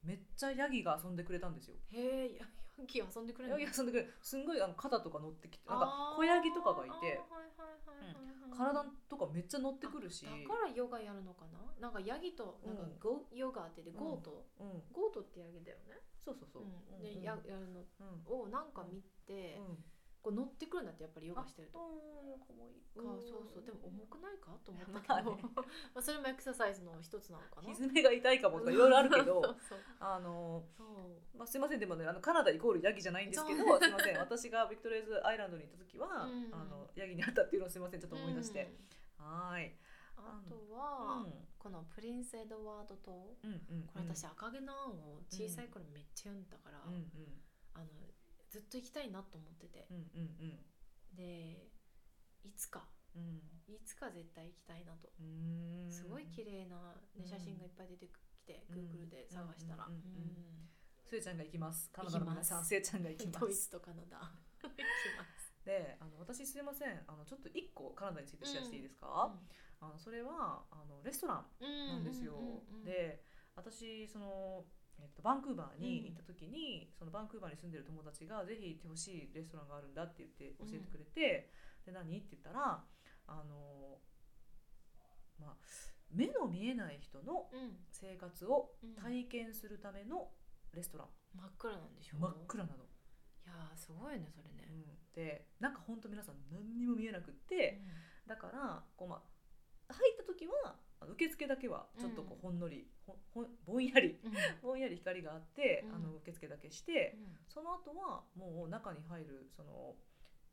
B: う
A: めっちゃヤギが遊んでくれたんですよ
B: んへえヤヤギ遊んでくれ
A: ヤ
B: る
A: ギ
B: の
A: 遊んでくれるすんごいあの肩とか乗ってきてなん
B: あ
A: か
B: ー
A: 小ヤギとかがいて
B: あーはいはいはいはいはい
A: 体とかめっちゃ乗ってくるし
B: だからヨガやるのかななんかヤギとなんか
A: うん
B: ゴ、ヨガってでゴート、
A: うん、
B: ゴートってヤギだよね、
A: そうそうそう、
B: うん、
A: うん
B: でややるの
A: うん
B: をなんか見て、
A: うん
B: こう乗ってくるんだってやっぱりヨガしてると
A: あうんかわいい
B: かそうそうでも重くないかと思ったけ
A: まあ
B: ど、
A: ね
B: *laughs* まあそれもエクササイズの一つなのかな *laughs*
A: 蹄が痛いかもとかいろいろあるけ
B: そ
A: ど
B: うそう
A: *laughs* あの、
B: そう
A: まあ、すいませんでもねあのカナダイコールヤギじゃないんですけど
B: そう
A: すいません私がビクトリアズアイランドに行った時は、
B: うん
A: あのヤギに会ったっていうのをすいませんちょっと思い出して、はーい、
B: うんあと
A: う
B: は、
A: ん、
B: このプリンスエドワード島こ
A: うんうん
B: れ私赤毛のアンを小さい頃めっちゃ読んだから、
A: うんうん
B: あのずっと行きたいなと思ってて
A: うんうんうん
B: でいつか
A: うん
B: いつか絶対行きたいなと、
A: うん
B: すごい綺麗な、ね、写真がいっぱい出てきて、
A: うん
B: Google で探したら、
A: うんうんうんうん
B: うん
A: スエちゃんが行きますカナダの皆さ
B: 行きま
A: ん
B: す
A: スエちゃんが行きま
B: ドイ
A: す
B: ツとカナダ行きます。
A: であの私すいませんあのちょっと一個カナダについてシェアしていいですか、あのそれはあのレストラン
B: う
A: なん
B: ん
A: ですよ。
B: うんうんうん、
A: で私そのえっと、バンクーバーに行った時に、そのバンクーバーに住んでる友達が「ぜひ行ってほしいレストランがあるんだ」って言って教えてくれて「で何?」って言ったらあの、まあ、目の見えない人の
B: うん
A: 生活を
B: うん
A: 体験するためのレストラン、
B: 真っ暗なんでしょ
A: 真っ暗なの。
B: いやーすごいねそれ
A: う
B: ね、
A: ん、でなんか本当皆さん何にも見えなくって。だからこう、まあ、入った時はあの受付だけはちょっとこうほんのり、ほんほんぼんやり
B: うん
A: ぼんやり光があって、
B: うん
A: あの受付だけして、
B: うん
A: その後はもう中に入るその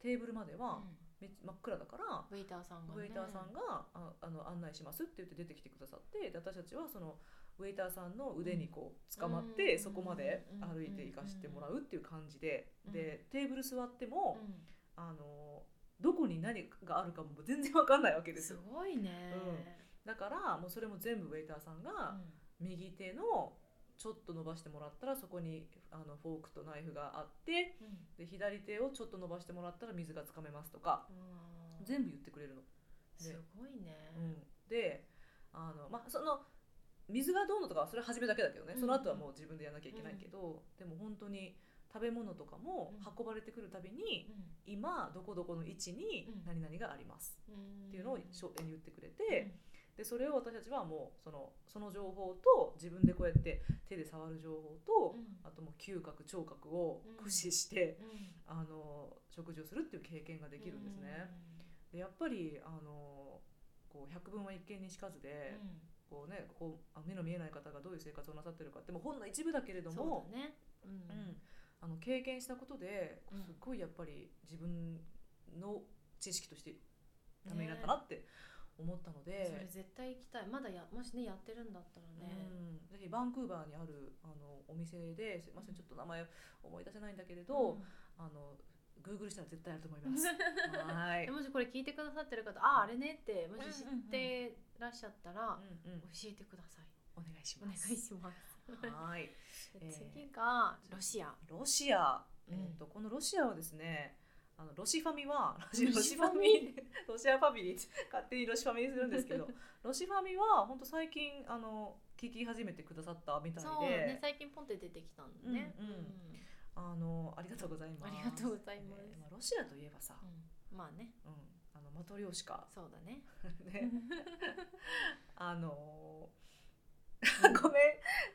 A: テーブルまでは
B: う
A: め真っ暗だから。
B: んウェイターさんが、ね、
A: ウェイターさんが、ああの案内しますって言って出てきてくださってで私たちはそのウェイターさんの腕にこう捕まって、
B: うん
A: そこまで歩いて
B: うん
A: 行かしてもらうっていう感じで、
B: うん
A: でテーブル座っても、
B: うん
A: あのどこに何があるかも全然わかんないわけです
B: す
A: よ。
B: ごいね、
A: だからもうそれも全部ウェイターさんが
B: うん
A: 右手のちょっと伸ばしてもらったらそこにあのフォークとナイフがあって
B: うん
A: で左手をちょっと伸ばしてもらったら水がつかめますとか
B: うん
A: 全部言ってくれるの。
B: すごいね、
A: うん、であの、まあ、その水がどうのとかはそれは初めだけだけどねその後はもう自分でやらなきゃいけないけど、でも本当に食べ物とかも
B: うん
A: 運ばれてくるたびに、
B: うん
A: 今どこどこの位置に
B: うん
A: 何々があります
B: うん
A: っていうのをしょ言ってくれて。でそれを私たちはもうそのその情報と自分でこうやって手で触る情報と、
B: うん
A: あともう嗅覚聴覚を
B: うん
A: 駆使して、
B: うん
A: あの食事をするっていう経験ができるんですね。でやっぱりあのこう百聞は一見にしかず
B: うん
A: で、こうねこうあ目の見えない方がどういう生活をなさってるかってもうほんの一部だけれ
B: う
A: ど
B: ん、
A: も
B: そうだね、うん
A: うんあの経験したことです
B: うん
A: っごいやっぱり自分の知識としてためになったなって思ったので。
B: それ絶対行きたいまだやもしねやってるんだったらね、
A: うん、ぜひバンクーバーにあるあのお店ですいませんちょっと名前思い出せないんだけれど、
B: うん
A: あのグーグルしたら絶対あると思います。は
B: え
A: い。
B: もしこれ聞いてくださってる方あああれねってもし知ってらっしゃったら、
A: うんうん、
B: 教えてください
A: お願いし
B: お願
A: ま
B: い
A: す。
B: します
A: はい。
B: *laughs*
A: えー
B: 次がロシア
A: ロシア、
B: うん
A: えっとこのロシアはですね、あのロシファミはロシ
B: ロ
A: ロ
B: シ
A: シ
B: フ
A: フ
B: ァ
A: ァ
B: ミ
A: ミ *laughs* ロシアファミリーって勝手にロシファミにするんです
B: *laughs*
A: けど、ロシファミは本当最近あの聞き始めてくださったみたいで、
B: そうね最近ポンって出てきたんだね、
A: うんうんあのありがとうございます。
B: ありがとうございます
A: えーまあロシアといえばさ、
B: うんまあね
A: うん、あのマトリョーシ
B: *laughs*
A: カ
B: そうだね
A: ねあの *laughs* ーごめ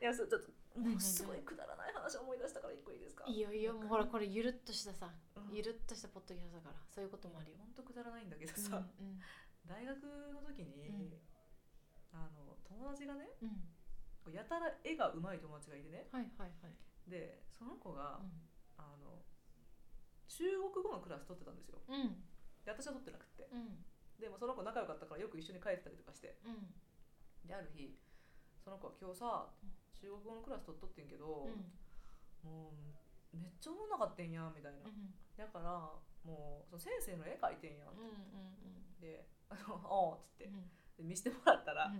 A: んいやそうちょっとも
B: 何
A: う
B: 何
A: すごいくだらない話思い出したから一個いいですか
B: *laughs* いいよいいよもうほらこれゆるっとしたさ、
A: うん
B: ゆるっとしたポッドキャストだからそういうこともあるよ、
A: 本当くだらないんだけど
B: うん
A: さ、
B: うん
A: 大学の時に、
B: うん
A: あの友達がね
B: うん、
A: こうやたら絵がうまい友達がいてね
B: はいはいはい、
A: でその子が、
B: う
A: あの中国語のクラス取ってたんですよ
B: ん、うん
A: で私は取ってなくって
B: うん
A: でもその子仲良かったからよく一緒に帰ってたりとかして
B: うん
A: である日その子は今日さ中国語のクラス取っとってんけど、もうめっちゃ思んなかったんやみたいな、
B: うん
A: だからもうその先生の絵描いてんやん、
B: うんうん
A: で「あのおう」っつって
B: うん
A: で見せてもらったら、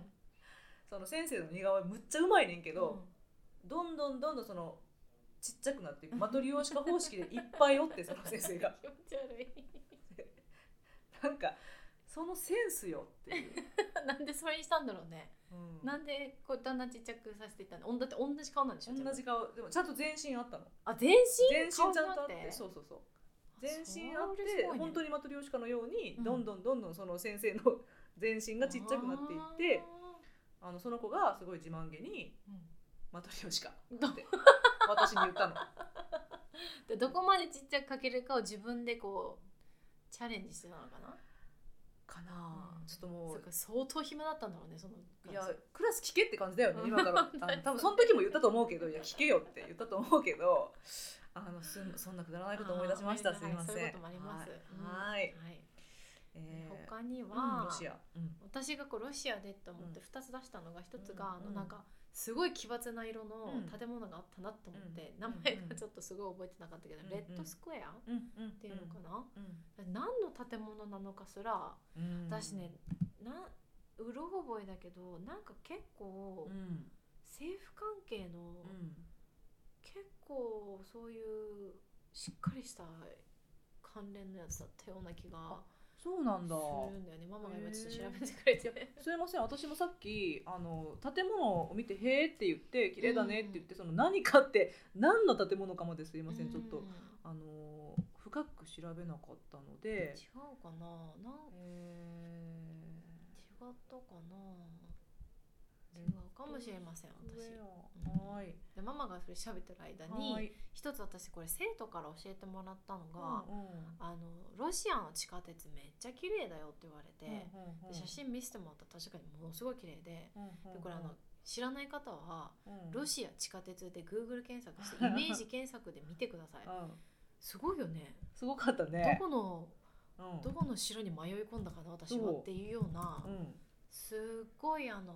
A: その先生の似顔絵むっちゃうまいねんけど、どんどんどんどんそのちっちゃくなっていくマトリオーシカ方式でいっぱいおってその先生が
B: 気持ち悪い
A: なんかそのセンスよっていう、
B: なんでそれにしたんだろうね
A: うん
B: なんでこうだんだんちっちゃくさせていったのおんだって同じ顔なんでしょ
A: 同じ顔でもちゃんと全身あったの
B: あ全身
A: 全身ちゃんとあっ
B: 顔にな
A: て
B: って
A: そうそうそう全身あっ
B: それす
A: て、
B: ごいね
A: 本当にマトリョーシカのように
B: うん
A: どんどんどんどんその先生の全身がちっちゃくなっていってあのその子がすごい自慢げに
B: あーうん
A: 「マトリョーシカ」って
B: ど
A: 私に言
B: *laughs*
A: ったの
B: でどこまでちっちゃく描けるかを自分でこうチャレンジしてたのかな
A: かなあ、
B: うん
A: ちょっとも
B: そうっか相当暇だったんだろうねその
A: い
B: 感じ
A: やクラス聞けって感じだよね
B: うん
A: 今
B: *laughs*
A: からあの多分その時も言ったと思うけど「いや聞けよ」って言ったと思うけどあのすんそんなくだらないこと思い出しました
B: あー
A: すいません
B: そういうこともあります
A: はい、はい
B: うんはい
A: えー
B: 他には、
A: うん、ロシア、うん
B: 私がこうロシアでと思って
A: う
B: 2つ出したのが1つ
A: うん
B: が、あ
A: う
B: の
A: ん
B: なんかすごい奇抜な色の
A: うん
B: 建物があったなと思って、
A: うん
B: 名前がちょっとすごい覚えてなかったけど、
A: うん
B: レッドスクエアっ
A: うんうん、って
B: いうのかな、
A: うん
B: 何の建物なのかすら
A: うん、
B: 私ね、なうろ覚えだけどなんか結構
A: うん
B: 政府関係の、
A: うん、
B: 結構そういうしっかりした関連のやつだったような気が
A: そうなんだ
B: するんだよねママが今ちょっと調べてくれてね
A: すいません私もさっきあの建物を見て「へえ」って言って「綺麗だね」って言って、その何かって何の建物かまですいませんちょっ
B: う
A: と
B: ん
A: あの深く調べなかったので
B: 違うかななんか違ったかな違うかもしれません私うん
A: はい
B: でママがそれ喋ってる間
A: は
B: に
A: い
B: 一つ私これ生徒から教えてもらったのが、
A: うんうん
B: あのロシアの地下鉄めっちゃ綺麗だよって言われて、
A: うんうんうん
B: で写真見せてもらったら確かにものすごい綺麗で
A: うんうんう
B: で
A: ん
B: これあの知らない方は
A: うん
B: ロシア地下鉄で Google 検索
A: *laughs*
B: してイメージ検索で見てください
A: うん
B: すごいよね
A: すごかった
B: ど
A: ね
B: この
A: うん
B: どこの城に迷い込んだかな私は
A: そう
B: っていうような
A: うん
B: すっごいあの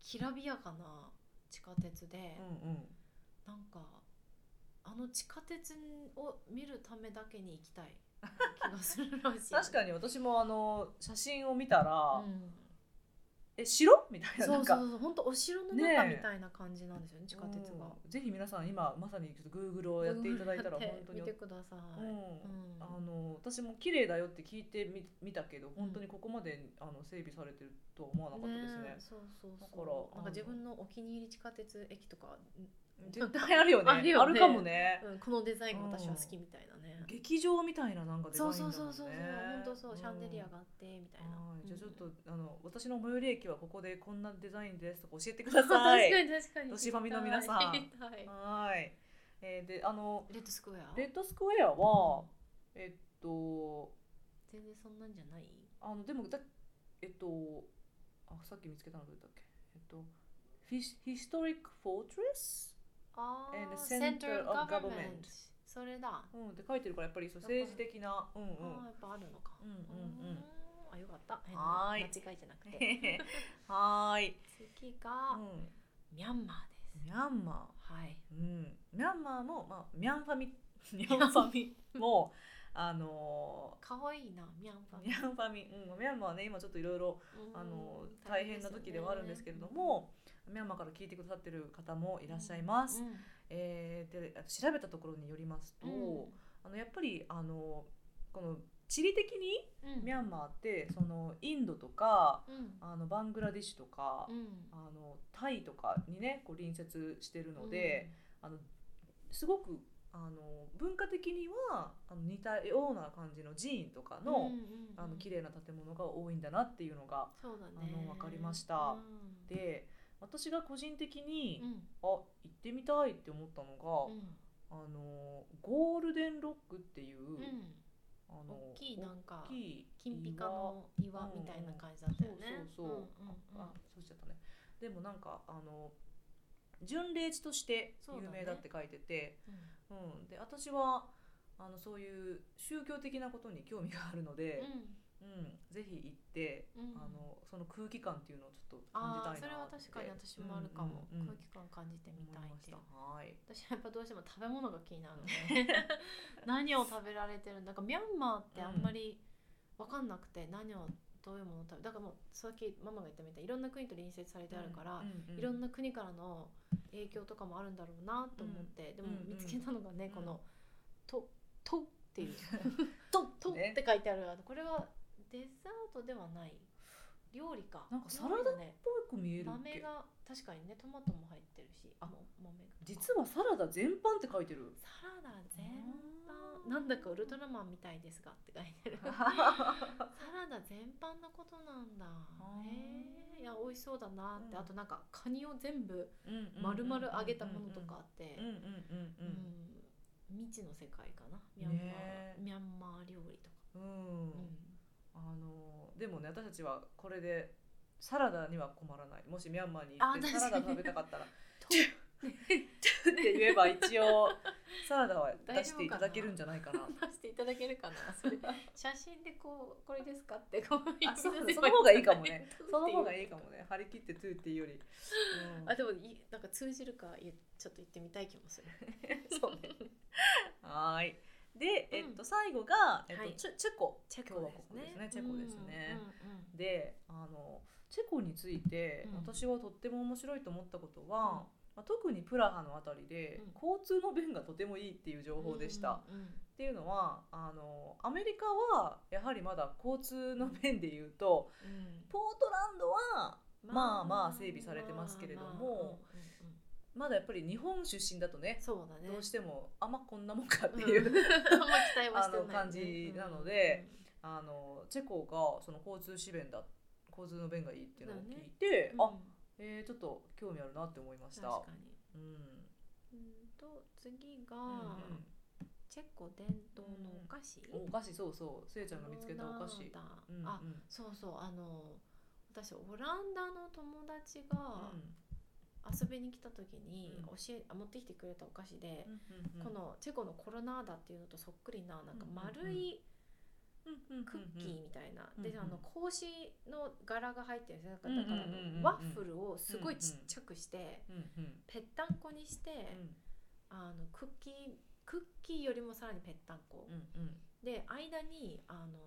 B: きらびやかな地下鉄で、
A: うんうん
B: なんかあの地下鉄を見るためだけに行きた
A: *laughs*
B: い気がするらしい
A: 確かに私もあの写真を見たら
B: うん
A: 「え城?」みたいな
B: そ
A: な
B: うんそ
A: か
B: うそう本当お城の中みたいな感じなんですよね地下鉄が。
A: うんぜひ皆さん今まさにちょっと Google をやっていただいたら本当に、
B: 見
A: う
B: てください。
A: ん、
B: うん
A: あの私も綺麗だよって聞いてみ見たけど本当にここまであの整備されてるとは思わなかったですね
B: えそうそう
A: だから
B: そう。
A: あ
B: なん
A: の
B: か自分のお気に入り地下鉄駅とか、
A: 絶対あるよね
B: あるよね
A: かもね、
B: うん、このデザインが私は好きみたいなね。
A: 劇場みたいななんかデザイ
B: そ
A: ン
B: う
A: だも
B: そ
A: ん
B: う
A: ね
B: そうそうそう。本当そう、シャンデリア
A: が
B: があってみたいな。
A: はいじゃあちょっと、
B: うん
A: あの私の最寄り駅はここでこんなデザインですとか教えて
B: *laughs*
A: くだ
B: 確か
A: さい
B: に確かに。
A: ドシファミの皆さん
B: 知りたい知りたい
A: はい、えー、であの
B: レッドスクエア。
A: レッドスクエアはえっと
B: 全然そんなんじゃない。
A: あのでもだえっとあさっき見つけたのどれだっけえっとフィシ Historic Fortress?
B: ああ
A: And the。
B: Center
A: center
B: of
A: of
B: Government
A: government。
B: それだ。
A: うんって書いてるからやっぱりそう政治的なうんうん
B: あーやっぱあるのか。
A: うんうんうん
B: あよかった。変な
A: はーい
B: 間違いじゃなくて。
A: *laughs* はーい、
B: 次
A: う
B: が、
A: ん、
B: ミャンマーです。
A: ミャンマ
B: はい。
A: ー、うん、ミャンマーも、まあ、ミャン
B: *laughs*
A: ファミミャンファミもあの
B: 可愛いなミャンマ
A: ーミャンファミ、うん、ミャンマーはね今ちょっといろいろあの大変な時ではあるんですけれど、も、ミャンマーから聞いてくださってる方もいらっしゃいま
B: う
A: す。
B: ん
A: えーで調べたところによりますと、あのやっぱりあのこの地理的に
B: うん、
A: ミャ
B: ン
A: ンマーってそのインドとか
B: うん
A: あのバングラディッシュとか、あのタイとかにねこう隣接してるので、、あのすごくあの文化的にはあの似たような感じの寺院とか
B: うん
A: の、
B: うんうんうん
A: あの綺麗な建物が多いんだなっていうのが
B: そうだね
A: あのわかりました
B: うん、
A: で私が個人的に、
B: うん
A: あ行ってみたいって思ったのが。
B: うん
A: あのゴールデンロックっていう、
B: うん
A: あの
B: 大きいなんか
A: 大きい
B: 金ピカの岩みたいな感じだったよね
A: そうそう
B: うんうんうん
A: あそうしちゃったねでもなんかあの巡礼地として有名だって書いてて
B: う
A: う、ん、で私はあのそういう宗教的なことに興味があるので、うんぜひ行って、
B: んうん
A: あのその空気感っていうのをちょっと感
B: あー
A: じ
B: そ
A: たい
B: れ
A: な
B: は
A: って
B: 確かに私もあるかも、
A: うんうんうん
B: 空気感感じてみた
A: 思い
B: いっ
A: まして
B: い
A: た
B: う *laughs*
A: はい
B: 私はやっぱどうしても食べ物が気になるのね *laughs* 何を食べられてるんだからミャンマーってあんまり分かんなくて何をどういうものを食べだからもうさっきママが言ったみたいにいろんな国と隣接されてあるから、
A: うんうん
B: いろんな国からの影響とかもあるんだろうなと思って、でも
A: うん
B: 見つけたのがね、
A: うん
B: この「と」とっていう「 *laughs* と」っ
A: ね
B: て書いてあるあのこれはデザートではない料理か
A: なんかサラダ
B: 料理だね
A: ぽく見えるっ
B: 豆
A: け
B: が確かにねトマトも入ってるし
A: あ
B: も豆が
A: 実はサラダ全般って書いてる
B: サラダ全般なんだかウルトラマンみたいですがって書いてるサ
A: *laughs*
B: ラダ全般のことなんだ
A: あー
B: へえいや美味しそうだなって、
A: うん
B: あとなんかカニを全部
A: うんうんうんうん
B: 丸々揚げたものとかあって、
A: うんうんうんうん
B: うん未知の世界かなミャンマー、
A: ねえ
B: ミャンマー料理とか、
A: うん、
B: う
A: あのでもね私たちはこれでサラダには困らないもしミャンマーに
B: あ
A: 行って
B: 確か
A: サ
B: に
A: ラダ食べたかったらっ
B: ん
A: て *laughs* 言えば一
B: *laughs*
A: 応サラダは出していただけるんじゃないかな
B: 出していただけるかな
A: *laughs*
B: それ写真でこうこれですかってこう
A: あそうその方がいいか
B: *laughs*
A: もねその方がいいかもね張り切ってトゥーっていうより、うん
B: あでもいなんか通じるかいちょっと行ってみたい気もする。そうね。
A: はーいで、
B: う
A: え
B: ん
A: っと、最後が、えっと
B: はい
A: チェチェコ
B: チェ
A: コですねチェコですね
B: うん
A: であのチェコについて
B: うん
A: 私はとっても面白いと思ったことは、まあ、特にプラハのあたりで、
B: うん
A: 交通の便がとてもいいっていう情報でした。っ。ていうのはあのアメリカはやはりまだ交通の便で言う
B: *laughs*
A: とポートランドはまあまあ整備されてますけれども、
B: うんうんうん
A: まだやっぱり日本出身だとね
B: そうだね。
A: どうしてもあんまこんなもんかって
B: う
A: い
B: んあ
A: う、
B: んま期待はしてないよね、
A: あの感じなので *laughs* あのチェコがその交通支便だ交通の便がいいっていうのを聞いて、
B: うん、うん
A: あ、えー、ちょっと興味あるなって思いました。
B: 確かに。
A: うん
B: うんと次が、
A: うん
B: チェコ伝統のお菓子。
A: うん、お菓子そうそうせいちゃんが見つけたお菓
B: そう
A: 子
B: なんだ
A: うんうん
B: あ、そうそうあの私オランダの友達が遊びに来た時に
A: うん
B: 教え、持ってきてくれたお菓子で、
A: うん
B: このチェコのコロナーダっていうのとそっくりななんか丸いクッキーみたいな、
A: うんうん
B: であの格子の柄が入ってるんですよ
A: うん
B: だからだからあの
A: うんうんうんうん
B: ワッフルをすごいちっちゃくして、
A: うんうんうん
B: ぺったんこにして、あのクッキークッキーよりもさらにぺったんこ、
A: うんうんうん
B: で間にあの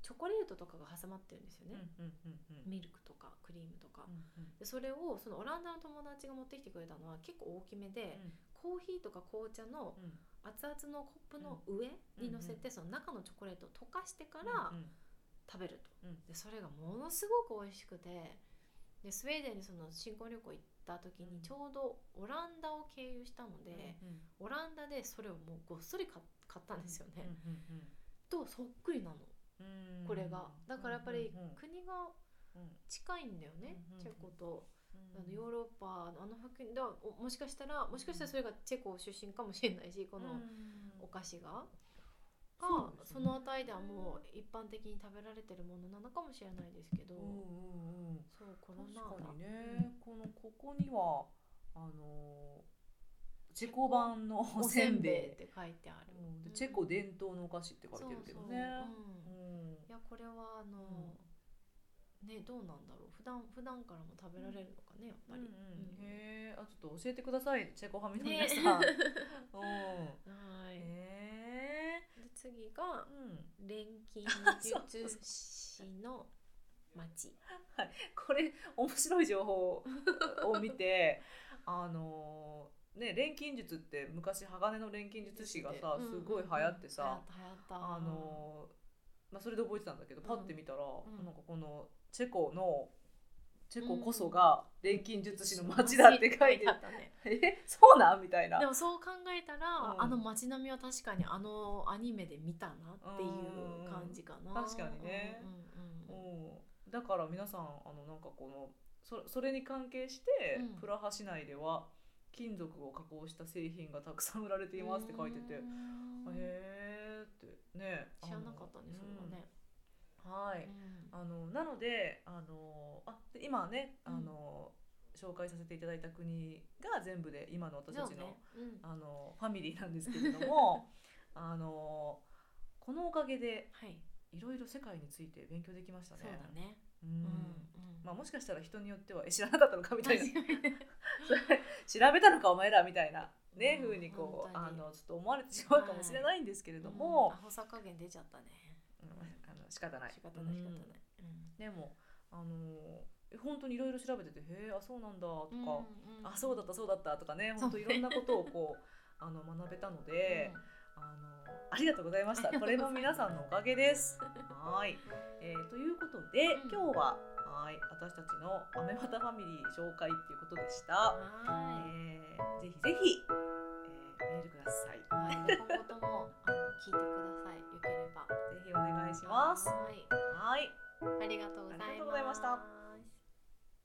B: チョコレートとかが挟まってるんですよね、
A: うんうんうんうん
B: ミルクとかクリームとか、
A: うん
B: でそれをそのオランダの友達が持ってきてくれたのは結構大きめで、コーヒーとか紅茶の
A: うんうん
B: 熱々のコップの上に乗せて、その中のチョコレートを溶かしてから
A: うん
B: 食べると、
A: うん
B: でそれがものすごく美味しくてでスウェーデンにその新婚旅行行った時
A: うん
B: にちょうどオランダを経由したので、
A: うん
B: オランダでそれをもうごっそり買っ買ったんですよね、
A: うんうん
B: とそっくりなの
A: うん
B: これがだからやっぱり
A: うんうん
B: 国が
A: うん
B: 近いんだよね、
A: うんうん
B: チェコと、
A: うん
B: あのヨーロッパのあの付近ではおもしかしたらもしかしたらそれがチェコ出身かもしれないしこ
A: う
B: の
A: ん
B: お菓子が。が
A: そうですね
B: その辺りではもう一般的に食べられてるものなのかもしれないですけど、
A: うんうんうん
B: そうコロナ
A: 確か
B: だ
A: にね、このここにはあのチェコ版の
B: お
A: お
B: せ
A: せ
B: ん
A: ん
B: べ
A: べ
B: い
A: い
B: って書いてある、
A: うんで
B: うん
A: チェコ伝統のお菓子って書いてるけどね。
B: そうそううん
A: うん
B: いやこれはあの、ねどうなんだろう普段普段からも食べられるのかねやっぱ
A: うん
B: り、
A: うん
B: うん
A: へえ、あちょっと教えてくださいチェコハミの
B: ね
A: 皆 *laughs* さん。うん。
B: はい、
A: へえ。
B: で次が
A: うん。
B: 錬金術師の町
A: これ面白い情報を見 *laughs* て、あのね錬金術って昔鋼の錬金術師がさすごい流行ってさ。
B: 流行った流行った
A: あのーまあ、それで覚えてたんだけど、パッて見たら、
B: ん
A: なんかこのチェコのチェコこそが錬金術師の町だって書いて、
B: あったね
A: えそうなんみたいな
B: でもそう考えたら、
A: うん
B: あの街並みは確かにあのアニメで見たなっていう感じかな、
A: ん確かにね
B: うんうんうん
A: うん、だから皆さんあのなんかこのそそれに関係して、
B: うん
A: プラハ市内では金属を加工した製品がたくさん売られていますって書いてて、
B: う
A: へ
B: ん
A: えってね
B: 知らなかったねそれはね、
A: あのうんはい、
B: うん
A: あのなのであのあで今ね
B: う
A: あ
B: ん
A: の、紹介させていただいた国が全部で今の私たち
B: そう
A: の,、
B: ねうん
A: あのファミリーなんですけれど
B: *laughs*
A: もあのこのおかげで
B: はい
A: いろいろ世界について勉強できました
B: そ
A: ね。
B: うだね
A: うん
B: うん
A: まあ、もしかしたら人によってはえ知らなかったのかみたいな
B: 確かに
A: *laughs* 調べたのかお前らみたいなね、
B: うん
A: ふうにこう
B: 本当に
A: あのちょっと思われてしまうかもしれないんですけれど *laughs*
B: うん
A: も
B: ア、ホさ加減出ちゃったね
A: うんあの仕方ない
B: 仕方ない仕方ない、
A: うんでもあのー本当にいろいろ調べてて「へえあそうなんだ」とか
B: うん、うん
A: あそうだったそうだった」とかね本当いろんなことをこうあの学べたので、あのーありがとうございましたこれも皆さんのおかげです。はい、えーということで、
B: うん
A: 今日ははい私たちの「アメマタファミリー」紹介っていうことでした。え
B: は
A: ーぜひぜひ、えーメールください。
B: いはい今後ともあの聞いてくださいよければ
A: ぜひお願いします。
B: はい
A: はい
B: ありがとうございます
A: ありがとうございました